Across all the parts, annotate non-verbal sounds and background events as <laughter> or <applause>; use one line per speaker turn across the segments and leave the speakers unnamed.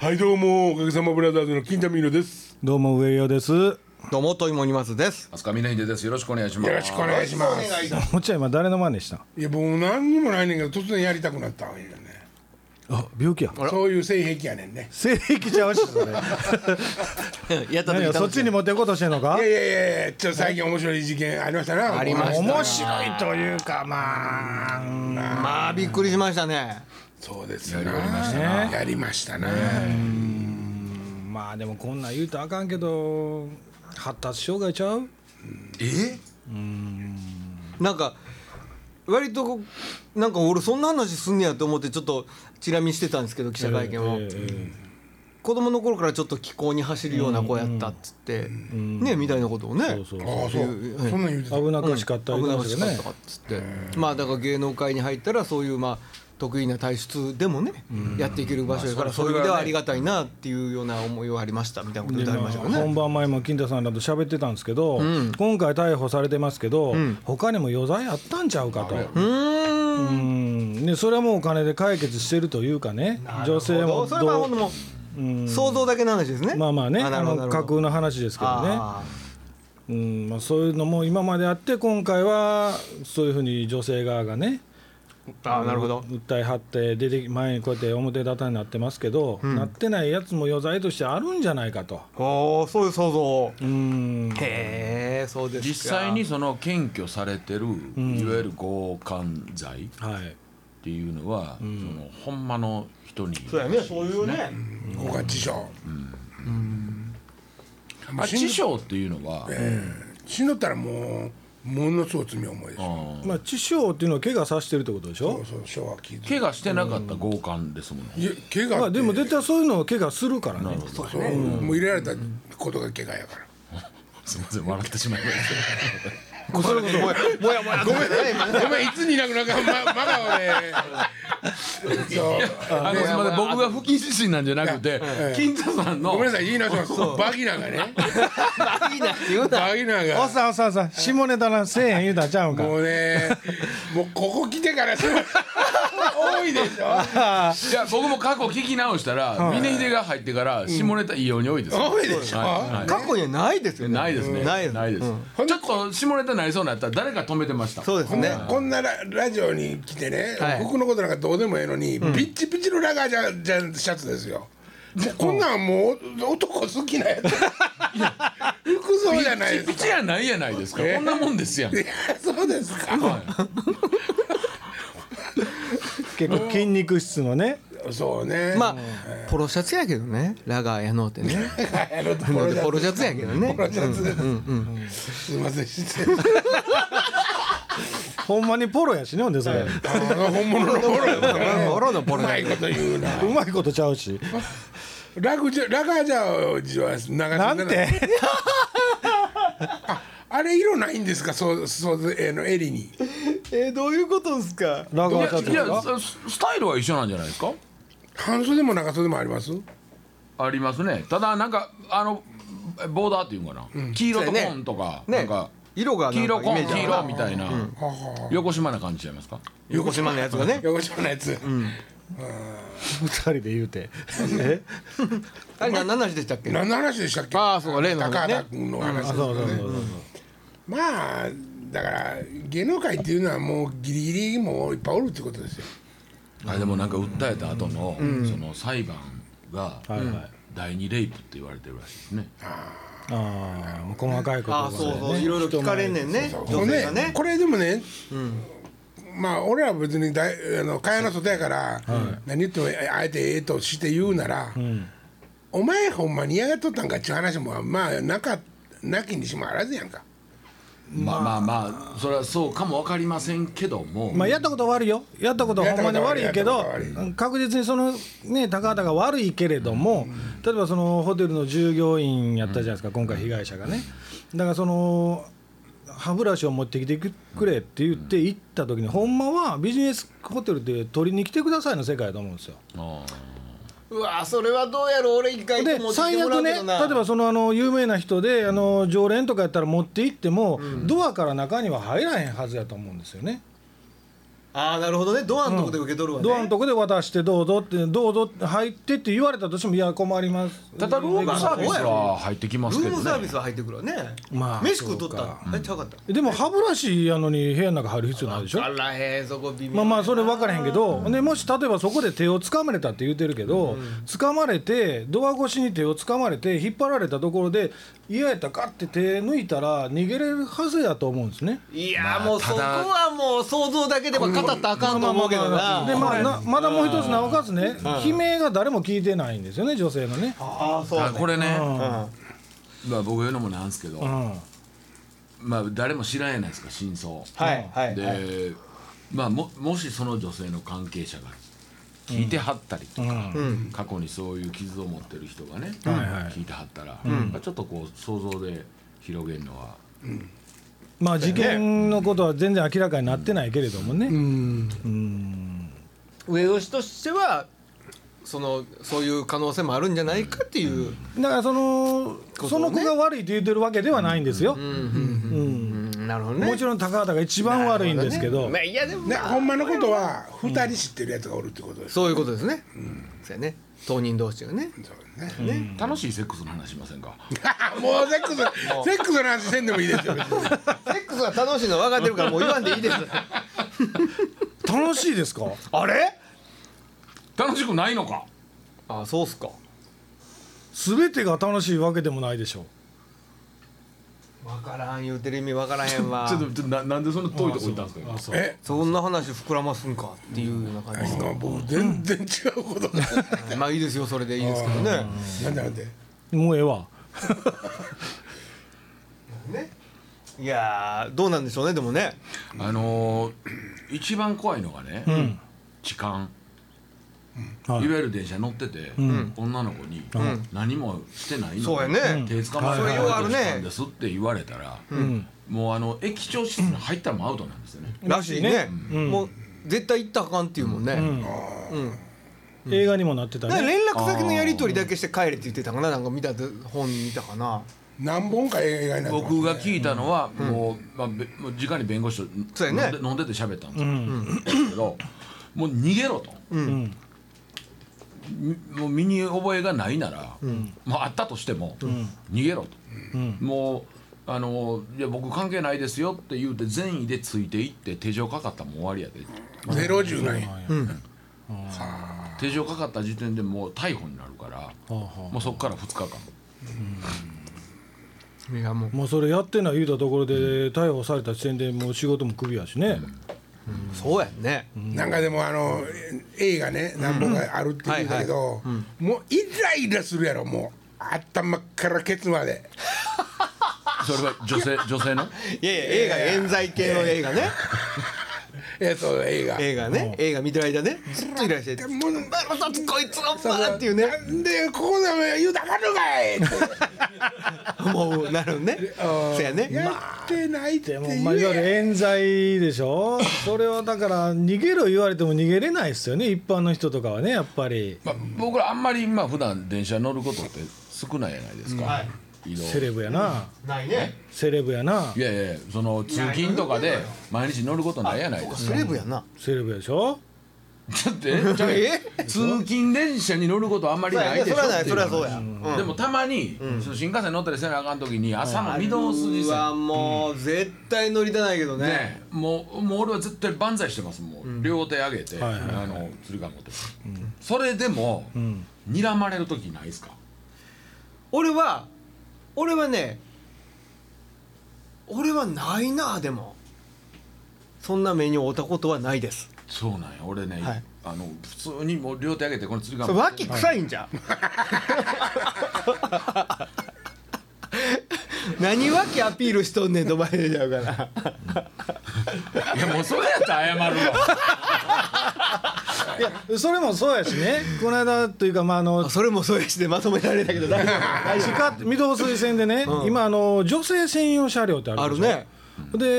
はいどうもおかげさまブラザーズの金田美優です
どうも上尾です。も
どうもといもにますです。
飛鳥峰秀です。よろしくお願いします。
よろしくお願いします
っちゃん今誰の真似したん？
いやもう何にもないねんけど突然やりたくなったんやね
あ、病気や。
そういう性癖やねんね
性癖ちゃうし
<laughs>
それ。
<laughs> やった
何
時
やそっちに持っていこうとしてんのか
いや？いやいやちょっと最近面白い事件ありましたな
ありました
面白い
面白いというかまあうん
まあびっくりしましたね。
そうですよやりましたな
まあでもこんなん言うとあかんけど発達障害ちゃう？
え？
なんか割とこうなんか俺そんな話すんねやと思ってちょっとチラ見してたんですけど記者会見を、
ええ
子供の頃からちょっと気候に走るような子やったっつって、ねみたいなことをね。
そうそう
あ。あそうそんなん言うてた
危なっ
うん
かしかったり
危なっか
し
し
か
か
ね
ったかっつって、まあだから芸能界に入ったらそういうまあ得意な体質でもね、やっていける場所やから、
まあ
そ
そう
いう意味
れは
では
ね
ありがたいなっていうような思いはありましたみたいなこと言ってありましたけどね。
本番前も金田さんらと喋ってたんですけど、今回逮捕されてますけど、他にも余罪あったんちゃうかと。うんでそれはもうお金で解決してるというかね女性
ど
も
うそれは
ど
ほ
うん
もう想像だけの話ですね。
まあまあね
な
あ
るほど
の架空の話ですけどね
あー
うんまあ、そういうのも今まであって今回はそういうふうに女性側がね
あーなるほど。
訴え張って出てき前にこうやって表立たになってますけど、なってないやつも余罪としてあるんじゃないかと。
おおそういう想像。
うん
へえそうですか。
実際にその検挙されてる、いわゆる強姦罪っ
はい
ていうのは、そのほんまの人に。
そうやねそういうね。
五月地所
まあ知性っていうのは、
死んどったらもうものすごい罪重いでしょ
まあ、致傷っていうのは怪我させてるってことでし
そ
ょ
うそう昭和傷
怪我してなかった強姦ですもん。
いや怪我って
まあ、でも絶対そういうのを怪我するからね
そうもう入れられたことが怪我やから
すみません笑ってしまいました。
それこそもやもやもやごめん
ごめんいつになくなんかままだ俺そう
あのすみません僕が不謹慎なんじゃなくて、金田さんの
ごめんなさい言い直しますバギナがね
いいなって言うな。
バギナが
おっさんおっさんおっさん下ネタなせえへん言うたんちゃうんか
もうねもうここ来てからそれ多いでしょ
いや僕も過去聞き直したら、峰秀が入ってから下ネタ異様に多いですよ。
多いでしょ
はいはい
<laughs> 過去にはないですよね。
ないですね。
ないです
ないです。ちょっと下ネタになりそうになったら誰か止めてました。
そうですね。
こんなララジオに来てね、
はい
服のことなんかどうでもええのに、ピッチピチのラガージャジャシャツですよもうこんなんもう男好きなやつ服装じゃないで
ピチ
す
ピチ
か
やないやないですか。
え
こんなもんですやん。
いやそうですか、
<laughs> 結構筋肉質のね
そうね
まあポロシャツやけどねラガーやのうてね。
あのポロシャツ
ポロシャツやけどね
ポ。ロシャツです、すいません失礼
ほんまにポロやしねほんでそれう
あの本物のポロやから
ポロのポロ
うまいこと言うな
まいことちゃう <laughs> し
ラグジュラガージャージは長
な
袖
んて <laughs>
あれ色ないんですかそうそうえーの襟に
えーどういうことですか。
ラ
い
ガーシャ
や
ツ
い
と
や
か
そスタイルは一緒なんじゃないですか。
半袖も長袖もあります
ありますね。ただなんかあのボーダーっていうのかな、黄色と
そうやね
紺とか、な
ね
んか
色がなんか
黄色
イ
紺
メージあ
黄
るな
色みたいな、横島な感じちゃいますか。
横島のやつがね。
横丁のやつ、
二人で言うてえ
あれ何の話でしたっけ。
何の話でしたっけ
ああそうか例の
高
話ね
畑君の話
<laughs> あそうそうそうそう
まあだから芸能界っていうのはもうギリギリもういっぱいおるってことですよ
あれでもなんか訴えた後の、その裁判が、
はいはい
第二レイプって言われてるらしいですね。
ああ細かいこと
あ
が
あ
ね
そうそういろいろ聞かれんねんね女性がね
これでもね、まあ俺らは別にだいあの会話の外やから、何言ってもあえてええとして言うなら、お前ほんまに嫌がっとったんかっちゅう話もまあなかなきにしもあらずやんか
まあまあまあそれはそうかもわかりませんけども、
まあやったことは悪いよやったことはほんまに悪いけ
やっ
ど
たことは悪
確実にそのね高畑が悪いけれども例えばそのホテルの従業員やったじゃないですか今回被害者がねだからその歯ブラシを持ってきてくれって言って行った時にほんまはビジネスホテルで取りに来てくださいの世界だと思うんですよ
あー
うわそれはどうやろう俺一回
で最悪ね例えばそのあの有名な人であの常連とかやったら持って行ってもドアから中には入らへんはずやと思うんですよね
ああなるほどねドアのとこで受け取るわね、
ドアのとこで渡してどうぞってどうぞって入ってって言われたとしてもいや困ります
ただルームサービスは入ってきますけ
ルー
ど
ムサー
ね
ビスは入ってくるわね、
まあ
飯食うとった
そうか
えちゃうかった
でも歯ブラシやのに部屋の中入る必要ないでしょ
あらへんそこ微妙
まあまあそれ分からへんけど、でもし例えばそこで手を掴まれたって言うてるけど、掴まれてドア越しに手を掴まれて引っ張られたところで嫌やったらガッて手抜いたら逃げれるはずやと思うんですね。
いやもうそこはもう想像だけでは語ったらあかんと思うけどな
でまあなまだもう一つなおかつね悲鳴が誰も聞いてないんですよね女性のね。
ああそう
あ
ね
これね、
うん
まあ、僕が言うのもなんですけど、
うん
まあ、誰も知らんやないですか真相、
はいはい
で、
はい
まあ、ももしその女性の関係者が聞いてはったりとか、過去にそういう傷を持ってる人がね、聞いてはったら、まあちょっとこう想像で広げるのは、
まあ事件のことは全然明らかになってないけれどもね。
上吉としてはそのそういう可能性もあるんじゃないかっていう、
だからその
とね
その子が悪いと言ってるわけではないんですよ。
うんなるほどね
もちろん高畑が一番悪いんですけど。
まあいやでも、
ね、ほんまのことは二人知ってるやつがおるってことです <laughs>
そういうことですね、そうやね当人同士がね
そうね
楽しいセックスの話しませんか、
もうセックスセックスの話せんでもいいですよ
<laughs>
別に
セックスは楽しいの分かってるからもう言わんでいいです
楽しいですか
あれ
楽しくないのか
あそうっすか
全てが楽しいわけでもないでしょう
分からん言うてる意味分からへん <laughs> わ
ちょっとちょっとななんでそんな遠いとこ行ったんですか
そ
え
そんな話膨らますんかっていうような感じ、
あ僕全然違うことだ
<laughs> まあいいですよそれでいいですけどね
なんでなんで
もうええわ
ねいやーどうなんでしょうねでもね
あのー一番怖いのがね、痴漢、
はい
いわゆる電車乗ってて、女の子に何もしてないのに
そうやね
手掴まれて
それようあるね
なんですって言われたら、もうあの駅長室に入ったらもうアウトなんですよね、
らしいねもう絶対行ったらあかんっていうもんね、
映画にもなってた
なんか
ね
連絡先のやり取りだけして帰れって言ってたかななんか見た本見たかな
何本か映画になってます
僕が聞いたのはもう、まあ、べもう直に弁護士と
そう
飲
や
んで,、
ね
飲んでて喋ったんですよですけど、もう逃げろと、みもう身に覚えがないなら、まあ、あったとしても、逃げろと、もうあのいや僕関係ないですよって言うて善意でついていって手錠かかったらもう終わりやで
ゼロ十なんや
手錠かかった時点でもう逮捕になるから、もうそこから2日間
いやもう
もうそれやってない言うたところで逮捕された時点でもう仕事もクビやしね
そうやんね、
なんかでもあの映画ね何本かあるって言うんだけど、もうイライラするやろもう頭からケツまで
それは女性女性
<laughs>
の
いやいや映画冤罪系の映画ね
えそう映画
映画ね映画見てる間ねずっとイライラして「
もうなん
バロ立つこいつの
そう
バー」っていうね
でここで言うたらあかんのか <laughs> いって
もうなるねそうやね
やってないって
で
言
もまあいわゆる
え
冤罪でしょそれはだから逃げろ言われても逃げれないですよね一般の人とかはねやっぱり
まあ、僕らあんまり今普段電車乗ることって少ないじゃないですか、
はい
移動
セレブやな
ないね
セレブやない
やいやその通勤とかで毎日乗ることないやないです
セ
か
レブやな
セレブやでしょ
ちょっとえちょっと
<laughs> え
通勤電車に乗ることあんまり
そう
な
や
い
ね
でし
それ
ょ
はな
っ
い
てい
それはそう
話
やうん
でもたまに、その新幹線乗ったりせなあかん時に朝の御堂筋
うわ
線
もう絶対乗りたないけどね
ねもうもう俺は絶対万歳してますもう、両手上げて、
はいはい
あのつり革持って、それでも、睨まれる時ないですか
俺は俺はね俺はないなでもそんな目に遭ったことはないです
そうなんや俺ね、
はい
あの普通にもう両手上げてこのつり革
それ
持って
脇臭いんじゃん <laughs> 何脇アピールしとんねんとばれちゃうから
いやもうそれやったら謝るわ
いやそれもそうやしねこの間というかまああの
あそれもそうやしでまとめられた
<laughs>
けど大丈
地下水道水線でね、今あの女性専用車両ってあ
夫あ
るでし
る
ょ
ね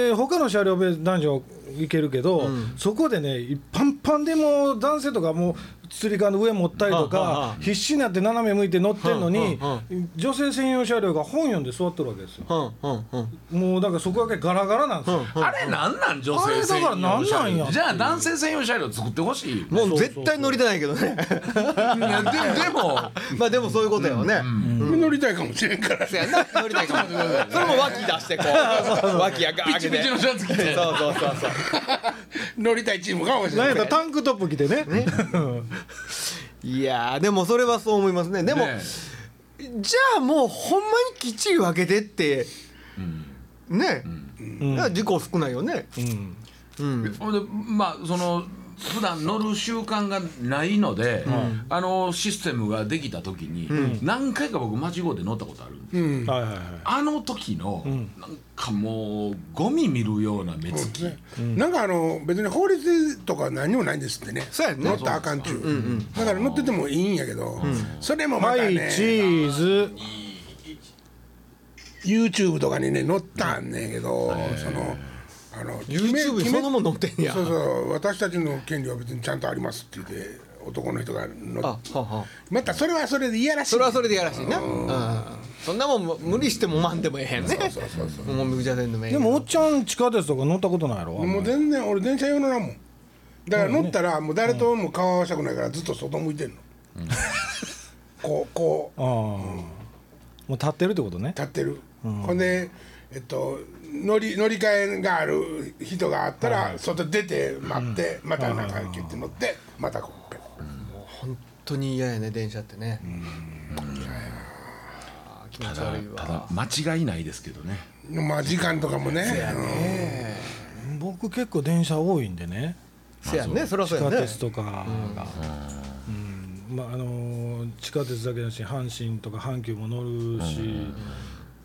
で他の車両で男女行けるけど、そこでねパンパンでもう男性とかもうつり革の上持ったりと
はあはあ
か必死になって斜め向いて乗ってんのに
はあは
女性専用車両が本読んで座ってるわけですよ
うんうんうん
もうだからそこだけガラガラなんですよ
あれなんなん女性専用
あれだからな
車
んなんや
両じゃあ男性専用車両作ってほしいも
もう絶対乗りたないけどね
ういやででも
まあでもそういうことよね
乗りたいかもしれんから
そやな乗りたいかもしれないそれも脇出してこ
<laughs>
う脇やが
ピチピチのシャツ着て
そうそうそうそう
乗りたいチームかもしれ
なん
な
や
い
ったらタンクトップ着てね
いやーでもそれはそう思いますねでも、
ね
じゃあもうほんまにきっちり分けてって、ね、だから事故少ないよね、
ほんでまあその普段乗る習慣がないので、あのシステムができた時に、何回か僕間違うて乗ったことあるんですよ、
はいはいはい
あの時の、なんかもうゴミ見るような目つき、
なんかあの別に法律とか何にもないんですってね
そうやね
乗ったらあかんちゅう、だから乗っててもいいんやけど、それもま
は
た
い
ね
チーズ
YouTube とかにね載ったんねんけど、そのあの
YouTube に
決
そ
め
んなもん載ってんや
そうそう私たちの権利は別にちゃんとありますって言って男の人が乗
あ
っ
はあはあ
またそれはそれでいやらしい
それはそれでやらしいな、うんそんなもんも無理してもまんでもええへんね
そうそうそう
もうみくちゃんでもええ
でもおっちゃん地下鉄とか乗ったことないやろあん
もう
まり
全然俺電車用のなんもんだから乗ったらもう誰とも顔合わせたくないからずっと外向いてんの、こうこう
ああもう立ってるってことね
立ってる、ほんでえっと乗り乗り換えがある人があったら外出て待って、また中行けって乗ってまたこうペッ
本当に嫌やね電車ってね、あー気持
た
ち悪
だ
いわ
ただ間違いないですけどね
まあ時間とかもね
僕結構電車多いんでね
せやねそりゃ
地
そう
下
やね
鉄とかが、うんまああのー地下鉄だけだし阪神とか阪急も乗るし、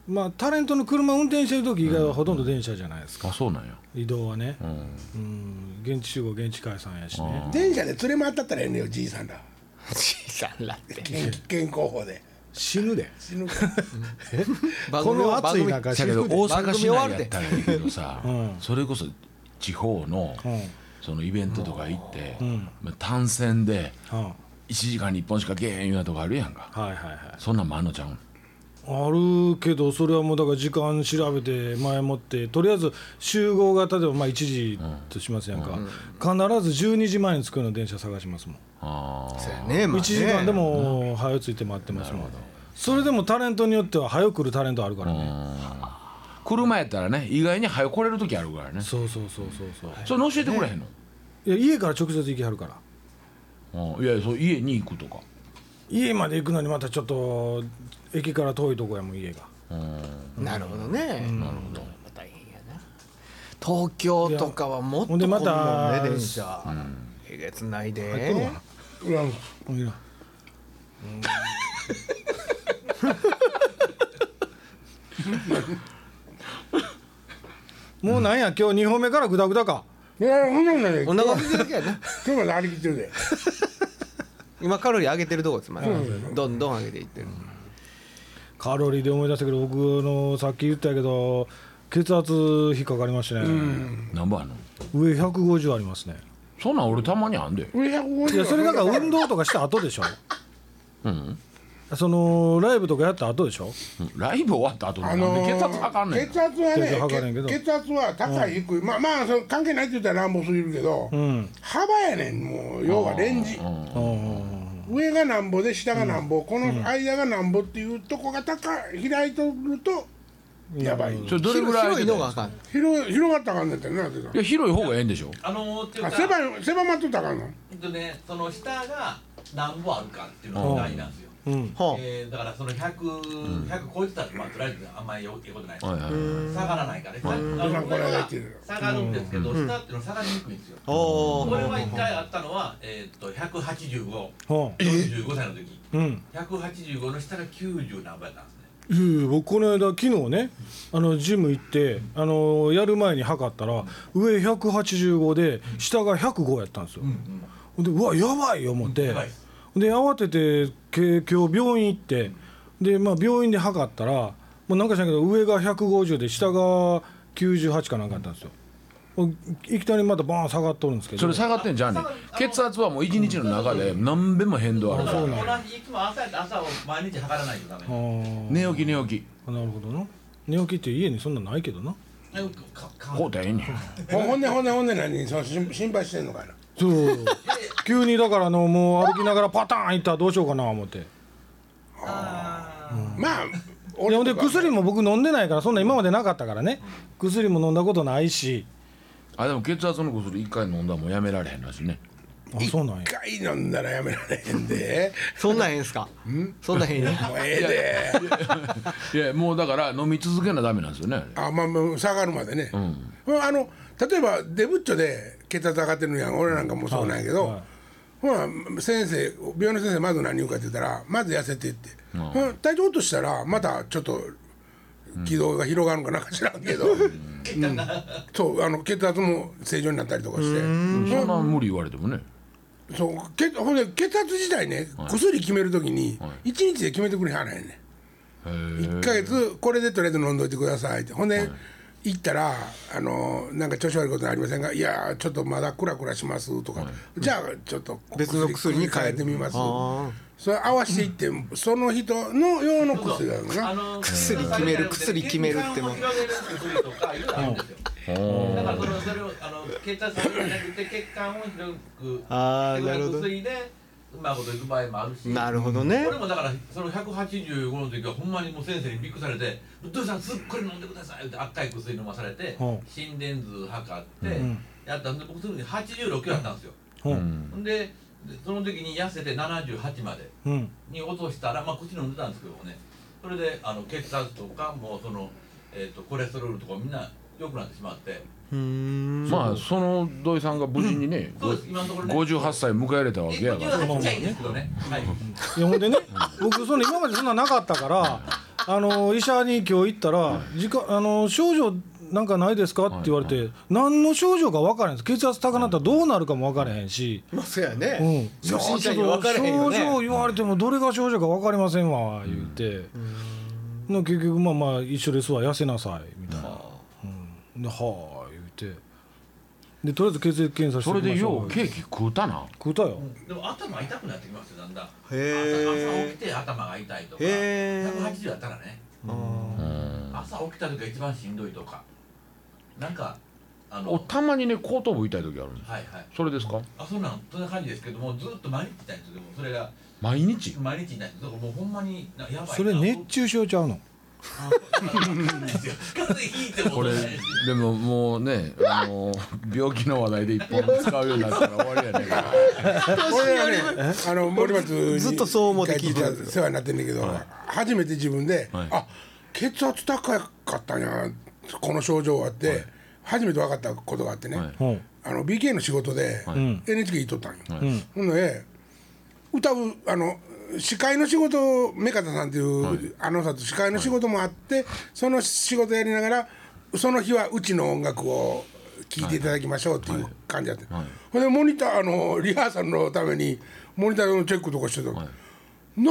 まあタレントの車運転してる時以外はほとんど電車じゃないですか、
あそうなんや、
移動はね、
うん
うん、現地集合現地解散やしね
電車で連れ回ったったらええねんよじいさんら
じいさんらって
健健康法で
死ぬで
死ぬから
番
こ
組
の暑い
番組
中
だ
死
けど
ぬで
大阪市内やったらいいけどさ、
うん
それこそ地方の
うん
そのイベントとか行って、
ん
まあ単線で
うん
1時間に1本しかけえへんようなとこあるやんか
はいはいはい
そんなんもあんのちゃうん
あるけどそれはもうだから時間調べて前もってとりあえず集合が例えばまあ1時としますやんか、必ず12時前に着くような電車探しますもん
あー
そうやねまあね
1時間でも早ついて待ってますもんそれでもタレントによっては早く来るタレントあるからね
車やったらね意外に早く来れる時あるからね
そうそうそうそうそう
それ教えてくれへんの、
いや家から直接行きはるから
うんいやそう家に行くとか
家まで行くのにまたちょっと駅から遠いとこやもん家が
なるほどね。なるほど。大変やな。東京とかはもっと
ほんでまた
混むもんね電車。えげつないで。
うわ
いやもうなんや今日2本目からグダグダか
いやそんなもんないで
お
今
腹空いてるだけやな。
日までありきってるで
今カロリー上げてるとこですまだ。どんどん上げていってる。
カロリーで思い出したけど僕のさっき言ったけど血圧引っかかりましたね、
何番あんの
上150ありますね
そんなん俺たまにあんで
上150 <laughs>
いやそれだから運動とかした後でしょ
うん、
そのライブとかやった後でしょ
ライブ終わった後にな
あ
んで
のー
血圧測んねん
血圧は
血圧測らんけど
ね血血圧は高い低いまあまあその関係ないって言ったら乱暴すぎるけど
ん
幅やねんもう要はレンジ
うん
上がなんぼで下がなんぼこの間がなんぼっていうとこが高い開いとるとやばい
それどれぐらい
広い
上げて
の
ん
が
の
あかん。
広い広がったらあかんねんってなって
いや広い方がええんでしょ
あのー、っていう
あ
か、
狭い狭まっとったらあかんの
えっとね、その下が何歩あるかっていうのが大事なんですよ。
うん
ほう。
えー、だからその100、100超えてたら、まあ、とりあえずあんまりよいことないです。
はいはいはい
下がらないからね。下
今
が
これが言ってる
下がるんですけど、下っていうのは下がりにくいんですよ。
お
これは
ー
一回あったのは、えーっと、185、
ほ
45歳の時。
ううん
185の下が90何倍やったんですね。
いやいや僕この間昨日ねあのジム行ってあのやる前に測ったら上185で下が105やったんですよ、ほんでうわやばい思って、
やばいです
ほんで慌ててけ今日病院行ってで、まあ、病院で測ったらもうなんかしないけど上が150で下が98かなんかやったんですよいきなりまたバーン下がっとるんですけど
それ下がってんじゃんねん血圧はもう一日の中で何べんも変動あるから
同じいつも朝やったら朝を毎日測らないとダメ
あー
寝起き寝起き
なるほどな寝起きって家にそんなんないけどな
なんかか
こうたらええねん
ほほんでほんでほんで何その心心配してんのかな
そう <laughs> 急にだからあのもう歩きながらパターンいったらどうしようかな思って
まあ
いや
俺
ほんで
とか
薬も僕飲んでないからそんな今までなかったからね薬も飲んだことないし
あでも血圧の薬一回飲んだらもうやめられへんらしいね
あそうなんや
一回飲んだらやめられへんで
そんなんええんすかそんなんええね
もうええで
いやもうだから飲み続けなダメなんですよねあれ
あまあまあ下がるまでね、まああの例えばデブッチョで血圧上がってるんやん俺なんかもそうなんやけど、ほら先生病院の先生まず何言うかって言ったらまず痩せてって、ほら体調落としたらまたちょっと軌道が広がるんかなんか知らんけど、うんそうあの血圧も正常になったりとかして
そんなん無理言われてもね
そう血ほんで血圧自体ね、薬決めるときに1日で決めてくれはらへんねん。
へえ
1ヶ月これでとりあえず飲んどいてくださいってほんで、行ったら「あのなんか調子悪いことありませんかいやーちょっとまだクラクラします」とか、じゃあちょっと
別の薬に変える
えてみます」
あ
それ合わせていって、その人の用の薬だよな
の
薬決める薬決めるっても
血管を広げる薬とかいうのあるんですよだからそれをそれをあの血圧じゃなくて血管を広く
あー
してくれ
なるほど
薬でうまいこといく場合もあるし
ーなるほどね
俺もだからその185の時はほんまにもう先生にびっくりされて「土井さんすっごい飲んでください」って赤い薬飲まされて
ほう
心電図測ってやったんで僕その時86キロやったんですよ
うん
ほんででその時に痩せて78まで
うん
に落としたらまあ口飲んでたんですけどもねそれであの血圧とかもうその、えー、とコレステロールとかみんな良くなってしまって
うーん
まあその土井さんが無事にね、
そうです今のところね
58歳迎えれたわけやから
58ちゃいいですけどねはい
いやほんでね僕その今までそんななかったからあの医者に今日行ったら「時間あの症状なんかないですか?」って言われて、何の症状か分からへんです血圧高なったらどうなるかも分からへんし、
まあそうや
うん
ね初心者に分からへんよね
症状言われてもどれが症状か分かりませんわ言って、の結局まあまあ一緒ですわ痩せなさいみたいな、うん、で「はあ」言ってでとりあえず血液検査して
それで
きましょ
ようケーキ食うたな
食うたよ、
でも頭痛くなってきますよだんだん朝朝起
へ
きて頭が痛いとか
へー
180だったらね
え
朝起きた時が一番しんどいとかなんかあの
お
はい
たまにね後頭部痛い時あるんです
はい
それですか
あそんなんそんな感じですけどもずっと毎日痛いんですよでもそれが
毎日
毎日痛いんですだからもうほんまになやばいな
それ熱中症ちゃうの
<laughs> あ分かんないですよ風邪ひいても
これ
そうです
でももうね、あの病気の話題で一本使うようになったら終わりやねんから
俺はねあの森松に
ずっとそう思って聞いてるんです
世
よ
話になってんだけど、初めて自分で、
はい
あ血圧高かったんやこの症状はって、初めて分かったことがあってね、
はい
うん
あの BK の仕事で NHK 行っとったんよ、ほんで歌うあの司会の仕事目方さんっていうアナウンサーと司会の仕事もあって、その仕事やりながらその日はうちの音楽を聴いていただきましょうっていう感じやって、ほんでモニターあのリハーサルのためにモニターのチェックとかしてた、な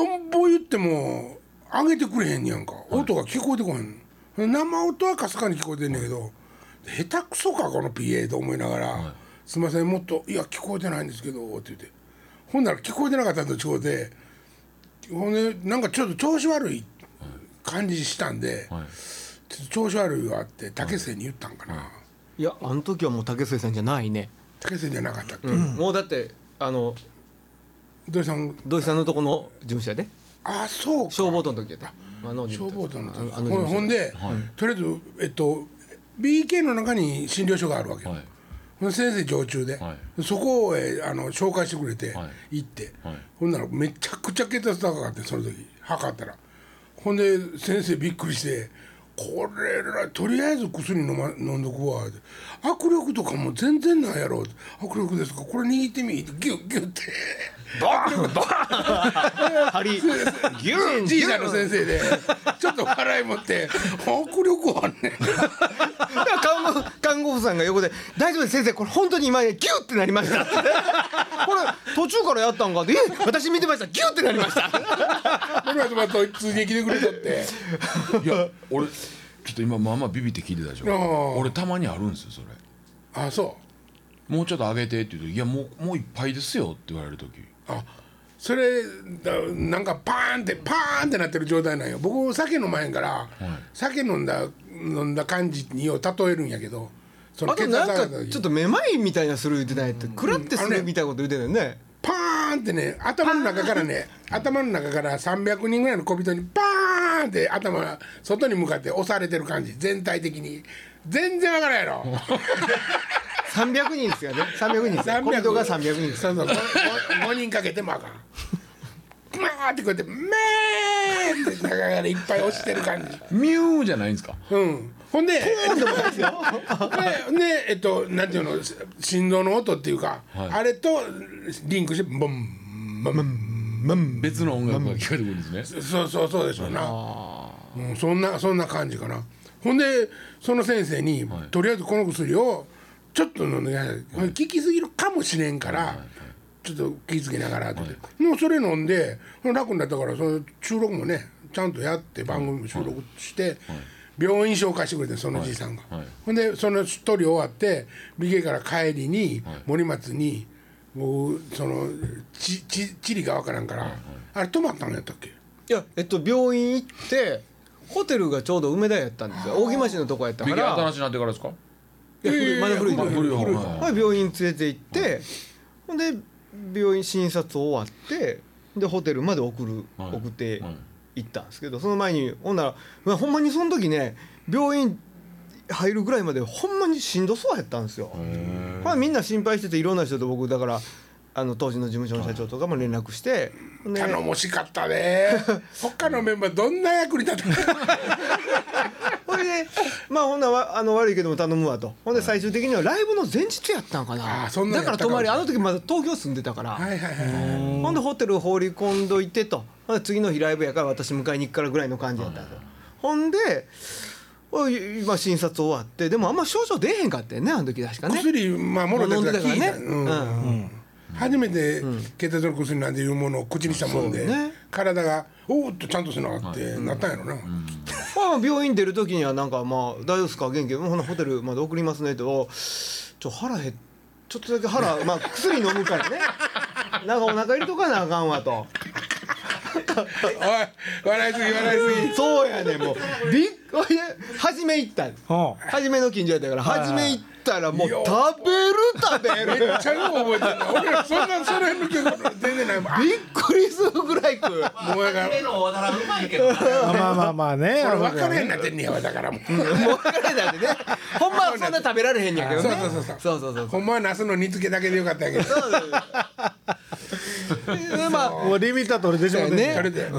んぼ言っても上げてくれへんねやんか、音が聞こえてこへんの生音はかすかに聞こえてんねんけど、下手くそかこの PA と思いながら「すいませんもっといや聞こえてないんですけど」って言ってほんなら聞こえてなかったと違うてほんでなんかちょっと調子悪い感じしたんで、ちょっと調子悪いわって竹瀬に言ったんかな、
いやあの時はもう竹末さんじゃないね
竹瀬じゃなかったっけ、
もうだってあの
土井さん
土井さんのとこの事務所やで
あそうか
消防団の時やったあの
消防団の
あの
時
あ
ほ
の事
ん
務所
ほんで、とりあえずえっと BK の中に診療所があるわけよ、
はい
ほんで先生常駐で、
は
そこへあの紹介してくれて、
は
行って、
はい
ほんならめちゃくちゃ血圧高かったその時測ったらほんで先生びっくりして「これらとりあえず薬飲,、ま、飲んどくわ」って握力とかも全然ないやろ」って握力ですかこれ握ってみ」ってギュッギュッて。
針ギューン
じいちゃんの先生でちょっと笑い持って迫力あんねん
看護看護婦さんが横で「大丈夫です先生これ本当に今ねギュッてなりま
<laughs>
した」これ途中からやったんかって「え私見てましたギュッてなりました
森松まと通に来てくれとって
いや俺ちょっと今まあまあビビって聞いてたでし
あー
ょ俺たまにあるんですよそれ
あそ
もうちょっと上げてって言うと「いやもうもういっぱいですよ」って言われる時
うあそれだなんかパーンってパーンってなってる状態なんよ僕酒飲まへんから、酒飲んだ飲んだ感じにを例えるんやけどそ
あと
血圧
な
上が
ん
った
か
時
ちょっとめまいみたいなする言ってないってくらってするみたいなこと言ってたよね
パーンってね頭の中からね頭の中から300人ぐらいの小人にパーンって頭が外に向かって押されてる感じ全体的に全然わからんや
<laughs>
ろ
300人ですよね300人ですよ小人が300人です
そうそう 5, 人かけてもあかんまーってこうやって「めー」って中からいっぱい押してる感じ
「ミュー」じゃないんですか
うんほんでででえっとなんていうの心臓の音っていうか、
はい
あれとリンクしてボンボンボンボン
別の音楽が聞こえてくるんですね
そうそうそうでしょうな、うん、そんなそんな感じかなほんでその先生に、とりあえずこの薬をちょっと飲んでくださいこれ効きすぎるかもしれんから、ちょっと気ぃつけながらって、もうそれ飲んで楽になったからその収録もねちゃんとやって番組も収録して、病院紹介してくれてそのじいさんが、
はいはい
ほんでその一人終わって美形から帰りに森松に僕そのちち地理がわからんから、あれ泊まったのやったっけ
いやえっと病院行ってホテルがちょうど梅田やったんですよ扇町のとこやったか
ビギ
ら
ー新しいなってからですか
いや古いまだ古い
いやいやいや
古い古い
まあ病院連れて行って、ほんで病院診察終わってでホテルまで送る、
はい
送って
はい
行ったんですけどその前にほんなら、まあ、ほんまにその時ね病院入るぐらいまでほんまにしんどそうやったんですよ。まあ、みんな心配してていろんな人と僕だからあの当時の事務所の社長とかも連絡して、ほんで
頼もしかったね
<laughs>
他のメンバーどんな役に立ったか
ほいでまあほんならわあの悪いけども頼むわとほんで最終的にはライブの前日やったんかな
あーそんなんや
だ
った
か
からも
泊まりあの時まだ東京住んでたから、
はいはいはい
ほんでホテル放り込んどいてとほんで次の日ライブやから私迎えに行くからぐらいの感じやったんですよ、ほんでおい今診察終わってでもあんま症状出えへんかったよねあの時確かね
薬まあもろ
飲ん
た
で
か
たからら
聞いた、
ねう
うんん初めて血圧の薬なんていうものを口にしたもんで、
そうね
体がおーっとちゃんとすながってなったんやろな、
まあ、病院出る時にはなんかまあ「大丈夫ですか元気?」ほなホテルまで送りますね」とお「ちょ腹減っちょっとだ
<laughs>
け腹まあ薬飲むからねなんかお腹入れとかなあかんわ」と。
おい笑いすぎ笑いすぎ
そうやねんもうびっくり初め行ったん
は
初めの近所やったから
はいはい
初め行ったらもう
いや
食べる食べる
めっちゃよく覚えてるな俺らそんなその辺の記憶全然ないもんあ
びっくりするぐらい食う
もうやから
目のおならうまいけどね
あまあまあまあね
俺分からへんなってんねやわだからもう
もう分からないでね <laughs> ほんまはそんな食べられへんねやけどね
そうそうそう
そうそうそう
ほんまはナスの煮付けだけでよかったんやけど
でまあ
もうリミッター取れてしまってん
ね
それで、
で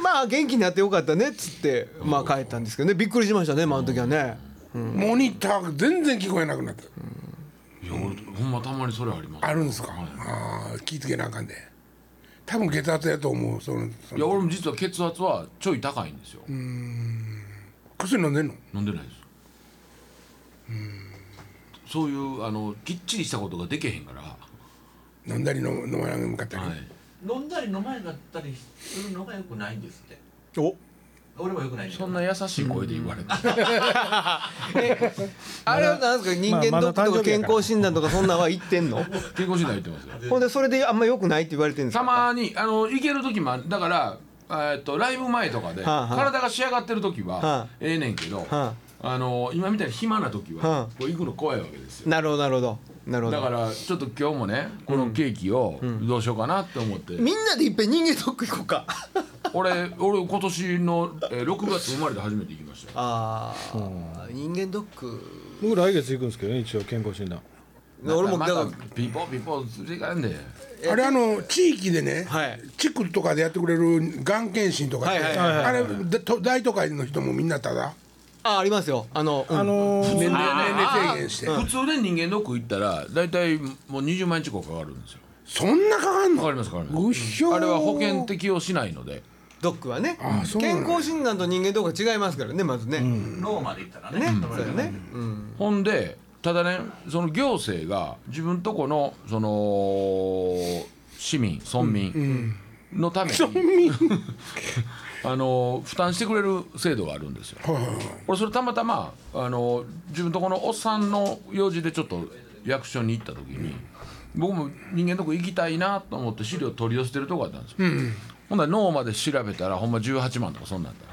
まあ元気になってよかったねっつってまあ帰ったんですけどねびっくりしましたねまああの時はね
モニターが全然聞こえなくなった
いや俺ほんまたまにそれあります
あるんですか、ああ気ぃつけなあかんで多分血圧やと思うそのそ
いや
の
俺も実は血圧はちょい高いんですよ飲
薬飲んでんの
んでないですそういうあのきっちりしたことができへんからは
飲んだり飲む飲まなくかったり、
い
飲んだり飲まなかったりするのが良くないんですって
お
俺も良くないんだけ
そ
ど
んな優しい声で言われた
あれはなんですか人間ドックとか健康診断とかそんなんは行ってんの
<laughs> 健康診断言ってますよ
<laughs> ほんでそれであんま良くないって言われてるんですか
たまにあの行ける時もあるだから、えーっとライブ前とかで、
はあはあ
体が仕上がってる時は、
はあ
ええねんけど、
あ
あの今みたいに暇な時は、
はあ
こう行くの怖いわけですよ
なるほどなるほどなるほど
だからちょっと今日もねこのケーキをどうしようかなって思って、
みんなでいっぺん人間ドック行こうか
俺俺今年の、えー6月生まれて初めて行きましたよ
ああ人間ドック
僕来月行くんですけどね一応健康診断
俺も
ま
だ
た
から
ピンポンピンポン連れていかれんで
あれあの地域でね、
はい
地区とかでやってくれるがん検診とかって、
はいはいはい
はい
あれだと大都会の人もみんなただ
あありますよあの、うん
あのー
年齢年齢制限して、
普通で人間ドック行ったら大体もう20万円近くかかるんですよ
そんなかかん
わかり
の
ますかわかり
う
ま
っひ
す
ょー
あれは保険適用しないので
ドックはね
あそうなん
健
や
康診断と人間ドックは違いますからねまずね、
脳までいったらね
ね、
止ま
そうだ
れる
よ
から
ね、うん、
ほんでただねその行政が自分とこの
<laughs>
その市民村民のために、
村民
あの負担してくれる制度があるんですよ。
はいはいはい
俺それたまたまあの自分とこのおっさんの用事でちょっと役所に行った時に僕も人間のとこ行きたいなと思って資料取り寄せてるとこあったんですよ、ほんなら脳まで調べたらほんま18万とかそんなんだ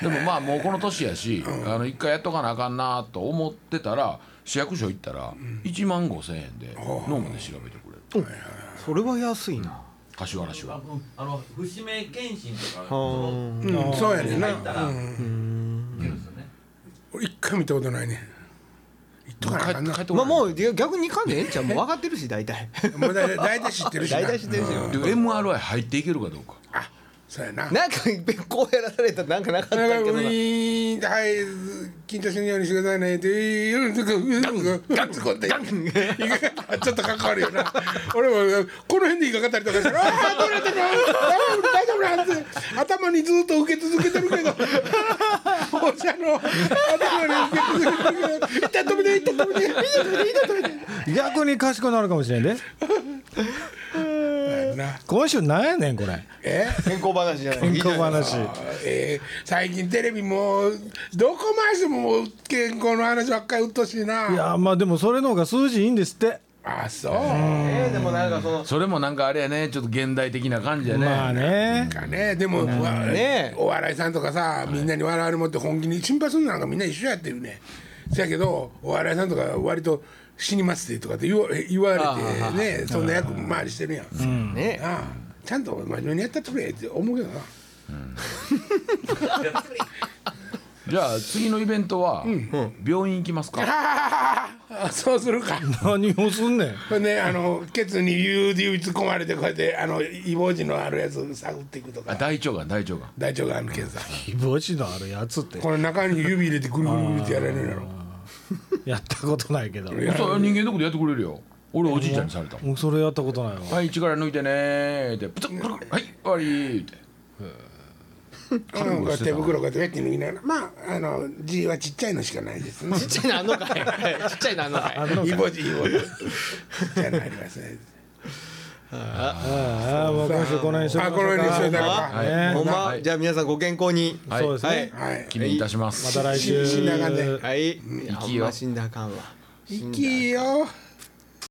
でもまあもうこの年やしあの一回やっとかなあかんなと思ってたら市役所行ったら1万5千円で脳まで調べてくれる
それは安いな
柏原市は
あの節目検診とか
あ
そ
ー
うん、そうやねんな、
入ったら
うん、
の受けるんですよね
俺一回見たことないね行っとかなあかん
帰
な
帰ってこ
まあ
ない
もう逆に行かんでええんちゃうもう分かってるし大体
もう大大体知ってるしな
<laughs> 大体知ってるしよ
で MRI 入っていけるかどうか
あそうやな
なんかいっぺんこうやらされたらなんかなかった
だから
け
ウ
どな
ィーンってはい緊張しないようにしてくださいねっていうのがガッツこうやってちょっとかかるよな俺もこの辺で引っかかったりとかして「ああどうなってるのあー大丈夫なん?」って頭にずっと受け続けてるけど放射の頭に受け続けてるけど「痛い止めて痛い止めて痛い止めて痛い止めて
逆に賢くなるかもしれんで」
な
今週なんやねんこれ
え
健康話じゃない
健康話
えー最近テレビもうどこ回しても健康の話ばっかりうっとうしいない
やまあでもそれの方が数字いいんですって
あそう
えーでもなんかその
それもなんかあれやねちょっと現代的な感じやね、
まあね
かねでも、わ
ね
お笑いさんとかさみんなに笑われもって本気に心配するのなんかみんな一緒やってるねせやけどお笑いさんとか割と「死にますで」とかって言わ言われてねそんな役回りしてるやん、
ね
ああちゃんと真面目にやったってくれって思うけどな
じゃあ次のイベントは病院行きますか、
あそうするか
何をすんねん
ほんであのケツに指突っ込まれてこうやってあのイボ痔のあるやつ探っていくと
あ
か
大腸がん大腸がん
大腸がんの検査
気持ちのあるやつって
この中に指入れてぐるぐるぐるってやられるやろ
やったことないけど
いや
そう人間ドックでやってくれるよ俺おじいちゃんにされたもん
もうそれやったことないわ
はい力抜いてねーってプツップツッはい終わりーって
うんこうやって手袋こうやってペッて脱ぎながらまああの G はちっちゃいのしかないですね。ちっ
ちっちゃい <laughs> なあんのかいちっちゃいなあんのかい
あの
いイボジイボジ。ちっちゃいのありますね。
ああもう今週この辺にしとき
あ
ま
この
しょう
辺にしといた
か
ら
は
か。
ね
いほんま
はい
じゃあ皆さんご健康に
は
そうです
は
ね
い
はい。
記念いたします
また来週
死んだらあかんで
はい
生
ほ
き
ん
よう
ま死んだらあかんわ
生きよう。